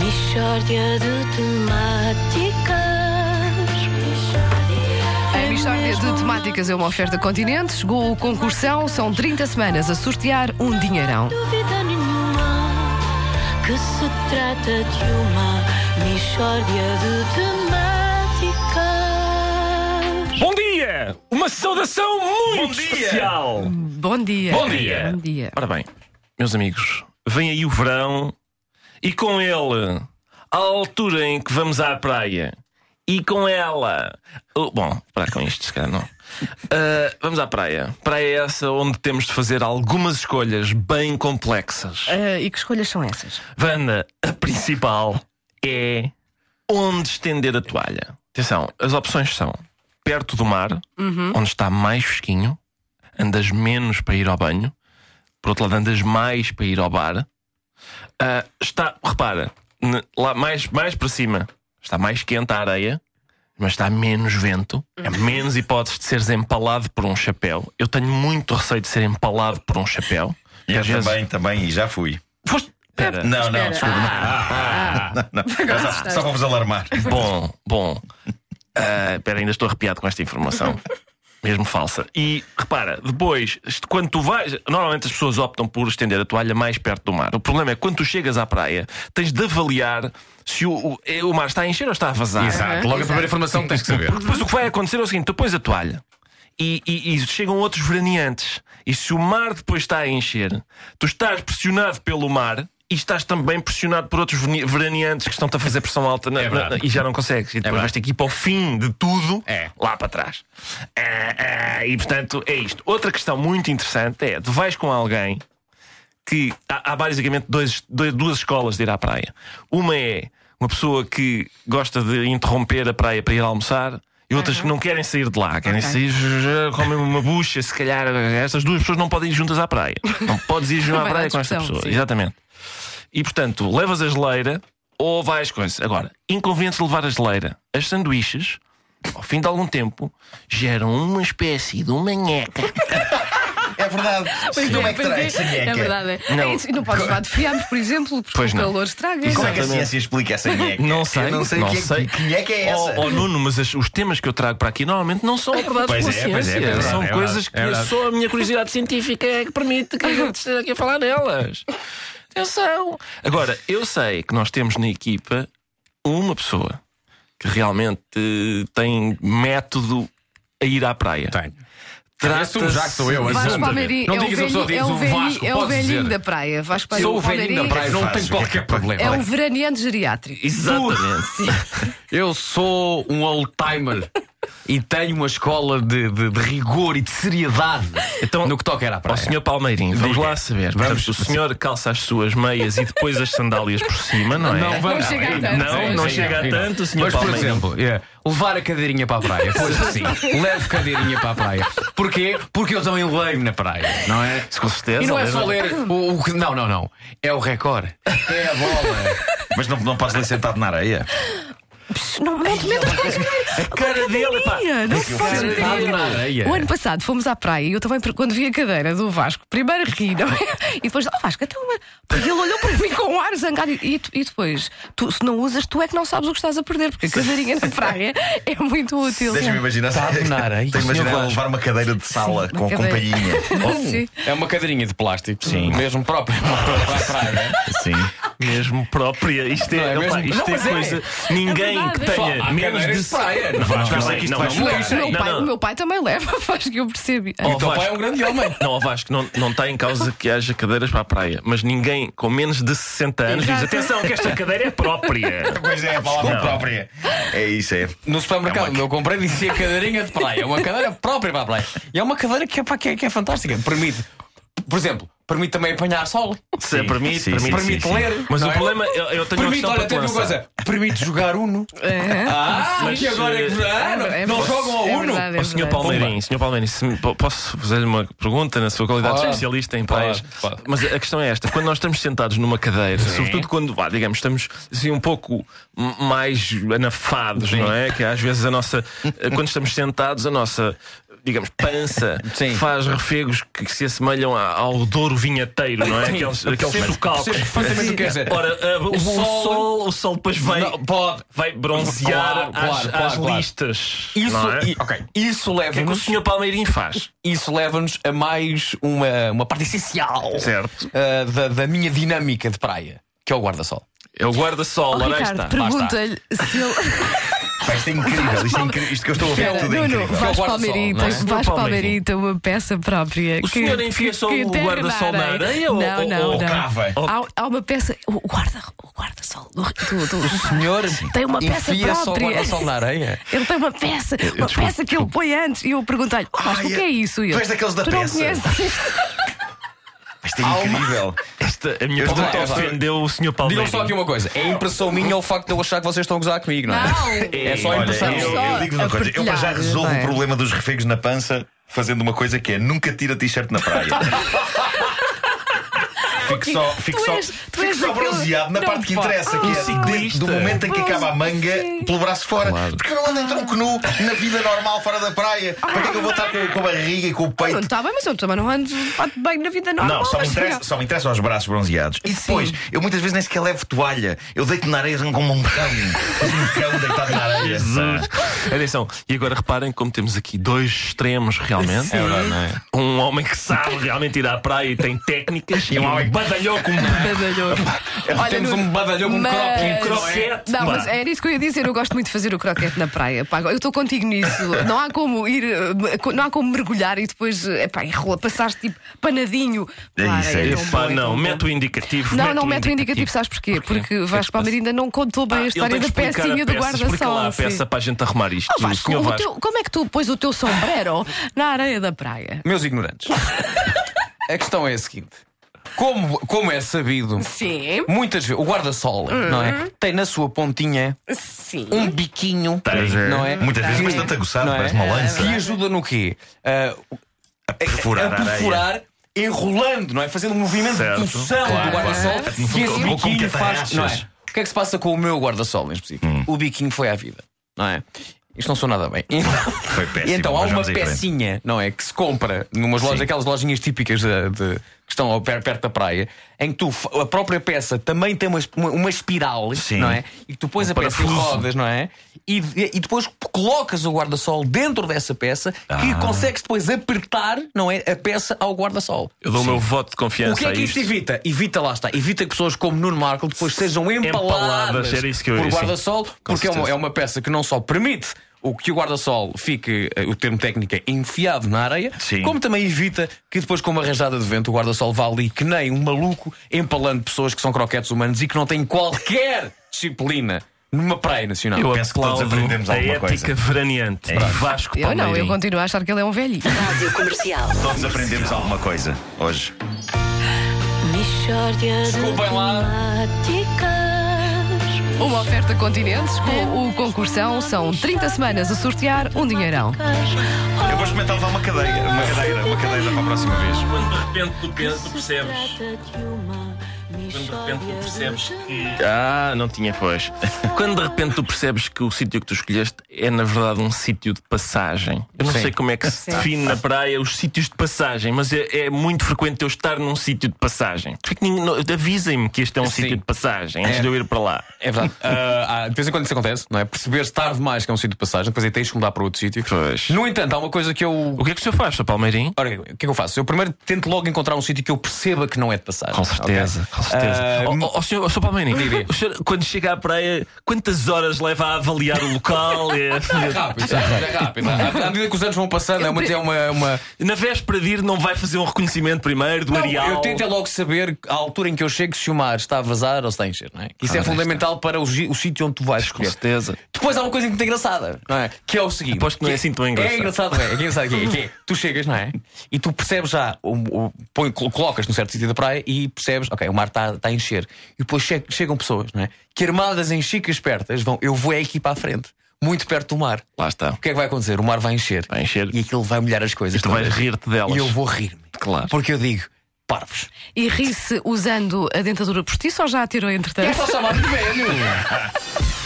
Mistória de temáticas. A Mistória de mesmo Temáticas é uma oferta continente. Chegou o concursão, são 30 semanas a sortear um dinheirão. Dúvida nenhuma que se trata de uma Mistória de temáticas. Bom dia! Uma saudação muito especial! Bom dia. Bom dia! Bom dia. Ora bem, meus amigos, vem aí o verão e com ele a altura em que vamos à praia e com ela. Oh, bom, parar com isto, se calhar não. Ah, vamos à praia. Praia essa onde temos de fazer algumas escolhas bem complexas. Ah, e que escolhas são essas? Vanda, a principal é onde estender a toalha. Atenção, as opções são perto do mar, onde está mais fresquinho, andas menos para ir ao banho, por outro lado, andas mais para ir ao bar. Ah, está, repara, n- lá mais, mais para cima está mais quente a areia, mas está menos vento, é menos hipóteses de seres empalado por um chapéu. Eu tenho muito receio de ser empalado por um chapéu. E que É. Eu às vezes- também, também, e já fui. Foste- Pera. Não, Espera. não, desculpa. não. Ah, Não, não. Só- Só para vos alarmar. Bom, bom. Ah, Espera, ainda estou arrepiado com esta informação. Mesmo falsa. E repara, depois, isto, quando tu vais. Normalmente as pessoas optam por estender a toalha mais perto do mar. O problema é que quando tu chegas à praia, tens de avaliar se o, o- é, o mar está a encher ou está a vazar. Exato, logo a primeira informação que tens que saber. Depois o que vai acontecer é o seguinte: tu pões a toalha e, e- e chegam outros veraneantes. E se o mar depois está a encher, tu estás pressionado pelo mar. E estás também pressionado por outros vene- veraneantes que estão-te a fazer pressão alta na- É na- verdade. É e já não consegues. E depois verdade. vais ter que ir para o fim de tudo É. lá para trás. Ah, ah, e portanto é isto. Outra questão muito interessante é: tu vais com alguém que há, há basicamente dois- dois- duas escolas de ir à praia. Uma é uma pessoa que gosta de interromper a praia para ir almoçar. E outras que não querem sair de lá, querem sair, comem uma bucha, se calhar. Estas duas pessoas não podem ir juntas à praia. Não podes ir junto à Vai dar praia com esta discussão, pessoa. sim. Exatamente. E portanto, levas a geleira ou vais com isso. Agora, inconveniente de levar a geleira. As sanduíches, ao fim de algum tempo, geram uma espécie de uma nheca. É verdade. Como é que traz essa é, nheca? verdade. é. Não. É isso, e não podes levar de fiambres, por exemplo, porque Pois o não. calor estraga. Como é que a Exatamente. ciência explica essa nheca? Não sei, Eu não sei não o que, é- sei. que nheca é essa. Oh, oh, Nuno, mas as- os temas que eu trago para aqui normalmente não são abordados Pois pela é, pois é, ciência. é verdade, são é coisas verdade, é que verdade. só a minha curiosidade científica é que permite que a gente esteja aqui a falar delas. Atenção! Agora, eu sei que nós temos na equipa uma pessoa que realmente eh, tem método a ir à praia. Tenho. Trata-se- Assumo já que sou eu, Vasco assumo. Palmeirinho Não é o digas a pessoa, velhinho, é o dizes o um Vasco, velhinho, é o podes velhinho da dizer. praia. Vasco Sou o velhinho Palmeirinho da praia, não Faz, o que é tenho que qualquer faz? problema. É um veraneante geriátrico. Exatamente. Eu sou um old-timer e tenho uma escola de, de- de rigor e de seriedade Então, no que toca era a Ó praia. senhor Palmeirinho, vamos Diga. lá saber. Vamos. Portanto, o senhor calça as suas meias e depois as sandálias por cima, não é? Não, vamos- Não chega a tanto. Não, não chega a tanto, senhor Mas, por Palmeirinho. exemplo, é, levar a cadeirinha para a praia. Pois sim, levo cadeirinha para a praia. Porquê? Porque eu também leio na praia, não é? Com certeza. E não é lembra? só ler o, o que. Não, não, não. É o recorde. É a bola. Mas não, não posso ler sentado na areia. Não, não te metas com A cara dele, pá. Maria, não se pode Sentado meter. na areia. O ano passado fomos à praia e eu também, quando vi a cadeira do Vasco, primeiro ri, não é? E depois, oh Vasco, então. mas-" Porque ele olhou para mim com um ar zangado e, e tu- e depois, tu, se não usas, tu é que não sabes o que estás a perder, porque a cadeirinha na praia é muito útil. Deixa-me imaginar. Sentado na areia. Tenho Senhor imaginar Vasco. levar uma cadeira de sala Sim, com, uma com cadeira. palhinha. Sim. É uma cadeirinha de plástico. Sim. Mesmo próprio. Para a praia. Sim. Mesmo própria. Isto Não é, é opá, mesmo? isto é Não, mas é. coisa. Ninguém verdade. que Só, tenha há menos cadeiras de. de praia. Não, Vasco, é eu não, é sei não, que isto não, vai não, chegar. Mas o meu Não, pai- não. O meu pai também leva, faz que eu percebi. Oh, teu pai Vasco. é um grande homem. Não, ó Vasco, não, não está em causa que haja cadeiras para a praia, mas ninguém com menos de 60 anos Exato. diz: atenção, que esta cadeira é própria. Pois é, a palavra própria. É isso, é. No supermercado onde eu comprei dizia cadeirinha de praia. É uma cadeira própria para a praia. E é uma cadeira que é, pá, que é, que é fantástica. Permite, por exemplo, permite também apanhar sol. Se Sim, permite, sim, permite. sim, Permite sim. ler. Mas não o é? problema, eu, eu tenho uma Permite, questão olha, para tem te uma lançar. coisa. Permite jogar Uno. Ah, Mas, eh, e agora é que. Ah, não, É não verdade, jogam ao é Uno. verdade, é Ó, senhor verdade. Palmeirinho, senhor Palmeirinho, se me- po- posso fazer-lhe uma pergunta na sua qualidade de Pode. especialista em praias? Pode, pode. Mas a questão é esta: quando nós estamos sentados numa cadeira, sobretudo quando, vá, digamos, estamos assim um pouco m- mais anafados, não é? Que às vezes a nossa. Quando estamos eh, sentados, a nossa digamos, pança, Sim. faz refegos que que se assemelham a- ao Douro vinheteiro, não é? Aqueles, aqueles Percebo- socalcos. percebo perfeitamente o que quer dizer. Ora, ah, o, O sol- sol, o sol depois vai, Não, pode. vai bronzear Claro, claro, as, claro, as claro. listas. Isso, não é? e- ok, isso O que o leva-nos senhor Palmeirinho faz? isso leva-nos a mais uma, uma parte essencial Certo. ah, da, da minha dinâmica de praia, que é o guarda-sol. É o guarda-sol, Oh, ora aí Ricardo, está. pergunta-lhe se ele. Pá, isto é incrível, isto, é incrível, isto que eu estou a ouvir tudo é Nuno, incrível. Vasco guarda-sol, Palmeirita, não é? Vasco Palmeirinho. Palmeirita, uma peça própria. O senhor enfia só o tem é? guarda-sol na areia ou- Não, ou- não, ou não. cava? Há, há uma peça. O guarda-sol o guarda-sol do, do, do- Senhor, Tem uma peça enfia só o própria. guarda-sol na areia. Ele tem uma peça, uma desculpa, peça que ele põe antes. E eu perguntei-lhe, oh, Vasco, o Ai, que é isso? E tu ele, és daqueles da tu não peça." Conheces? Isto é incrível. Esta, a minha Eu pergunta estou- ofendeu o senhor Digam Palmeirinho. só aqui uma coisa: é impressão minha ou o facto de eu achar que vocês estão a gozar comigo, não é? É só a Olha, impressão. eu, eu digo-vos a uma coisa: eu para partilhar, já é? resolvo vai. o problema dos refegos na pança fazendo uma coisa que é nunca tira t-shirt na praia. Fico só, fico Tu só, és- tu fico és só aquele- bronzeado na Não, parte que pá. Um interessa, que Um é ciclista. do momento em que acaba a manga sim. pelo braço fora. Porque eu não ando em tronco nu na vida normal fora da praia. Para que é que eu vou estar com, com a barriga e com o Não peito está "Tá bem, mas Ah, eu também não ando de fato bem na vida normal. Não, só me, mas interessa, já. só me interessam os braços bronzeados. E depois, eu muitas vezes nem sequer levo toalha. Eu deito na areia como um cão. um cão deitado na areia. Jesus. Atenção, e agora reparem como temos aqui dois extremos realmente. É verdade, não é? Um homem que sabe realmente ir à praia e tem técnicas e um homem badalhou com Badalhoco. é Olha, Temos Nuno, um badalhão com um mas- croquete. um croquete. Não, pá. mas é era isso que eu ia dizer. Eu gosto muito de fazer o croquete na praia. Pá, eu estou contigo nisso. Não há como ir, eh, co- não há como mergulhar e depois, eh, pá, enrola, passaste tipo panadinho. É Claro, isso, é tão isso. bom, Pá, é não, tão mete bom. o indicativo. Não, não mete o indicativo, sabes porquê? Porquê? Porque O que é que se Vasco Palmeira ainda não contou bem a ele história tem que da explicar pecinha a do peça, guarda-sol. Explica lá a sim. peça para a gente arrumar isto. Oh, Vasco, senhor o Vasco. teu- como é que tu pôs o teu sombrero na areia da praia? Meus ignorantes. a questão é a seguinte: como, como é sabido, Sim, muitas vezes o guarda-sol não é, tem na sua pontinha sim. um biquinho, Pois é. não é? Muitas vezes bastante aguçado, Não é? parece uma lança. Que ajuda no quê? Ah, A perfurar a a areia. É um perfurar, enrolando, não é? Fazendo um movimento Certo. de pulsão Claro, do guarda-sol claro. que esse Como- como biquinho que faz. atarrachas. Não é? O que é que se passa com o meu guarda-sol em específico? Hum. O biquinho foi à vida, não é? Isto não sou nada bem. Foi péssimo. E então há mas uma vamos em frente. pecinha, não é? Que se compra numas lojas, aquelas lojinhas típicas de, de- que estão ao pé- perto da praia, em que tu fa- a própria peça também tem uma, es- uma, uma espiral, Sim. não é? E que tu pões a peça em parafuso. rodas, não é? E, e depois colocas o guarda-sol dentro dessa peça que consegues depois apertar, não é? A peça ao guarda-sol. Eu dou o meu voto de confiança O que é que a isto isto. evita? Evita, lá está, evita que pessoas como Nuno Marco depois sejam empaladas, Empaladas, era isso que eu ia por dizer, guarda-sol, porque é uma, certeza. é uma peça que não só permite o que o guarda-sol fique, eh, o termo técnico é enfiado na areia, Sim. como também evita que depois, com uma rajada de vento, o guarda-sol vá ali que nem um maluco empalando pessoas que são croquetes humanos e que não têm qualquer disciplina numa praia nacional. Eu Penso que todos aplaudo aprendemos a alguma ética coisa. veraneante de Vasco Eu não, eu Palmeirinho. continuo a achar que ele é um velhinho. Rádio Comercial. Todos aprendemos alguma coisa hoje. Mixórdia de Desculpem lá. temáticas. Uma oferta Continentes com o Concursão. São 30 semanas a sortear um dinheirão. Eu vou experimentar levar uma cadeira, uma cadeira, uma cadeira para a próxima vez. Quando de repente tu pensas, tu percebes. Quando que. Ah, não tinha, pois. Quando de repente tu percebes que o sítio que tu escolheste é, na verdade, um sítio de passagem. Eu não Sim. sei como é que se Sim. define na praia os sítios de passagem, mas é, é muito frequente eu estar num sítio de passagem. Por que é que ninguém- não- Avisem-me que este é um Sim. sítio de passagem antes É. de eu ir para lá. É verdade. Ah, ah, de vez em quando isso acontece, não é? Perceberes tarde demais que é um sítio de passagem, depois aí tens de mudar para outro sítio. Pois. No entanto, há uma coisa que eu O que é que o senhor faz, Sr. Palmeirinho? Ora, o que é que eu faço? Eu primeiro tento logo encontrar um sítio que eu perceba que não é de passagem. Com certeza, ok? com certeza. Ah, Ó, ó, ó, senhor, ó, senhor Palmeirinho, Diga. o senhor, quando chega à praia, quantas horas leva a avaliar o local? É- é rápido, sabe? é rápido. À à medida que os anos vão passando, é uma. É uma, uma- Na véspera de ir, não vai fazer um reconhecimento primeiro do areal? eu tento é logo saber, à altura em que eu chego, se o mar está a vazar ou se está a encher, não é? Ah, Isso é fundamental para o, gi- o sítio onde tu vais Com escolher. certeza. Depois há uma coisa muito engraçada, não é? Que é o seguinte: Aposto que não é assim tão engraçado. É engraçado, é, é engraçado que é, que é, Tu chegas, não é? E tu percebes já, o, o, põe, col- colocas num certo sítio da praia e percebes, ok, o mar está tá a encher. E depois che- chegam pessoas, não é? Que armadas em chicas pertas vão, eu vou é aqui para a frente, muito perto do mar. Lá está. O que é que vai acontecer? O mar vai encher. Vai encher. E aquilo vai molhar as coisas. E tu vais todas. rir-te delas. E eu vou rir-me. Claro. Porque eu digo, parvos. E É Então ri-se usando a dentadura postiça ou já a tirou entretanto? chamar de velho.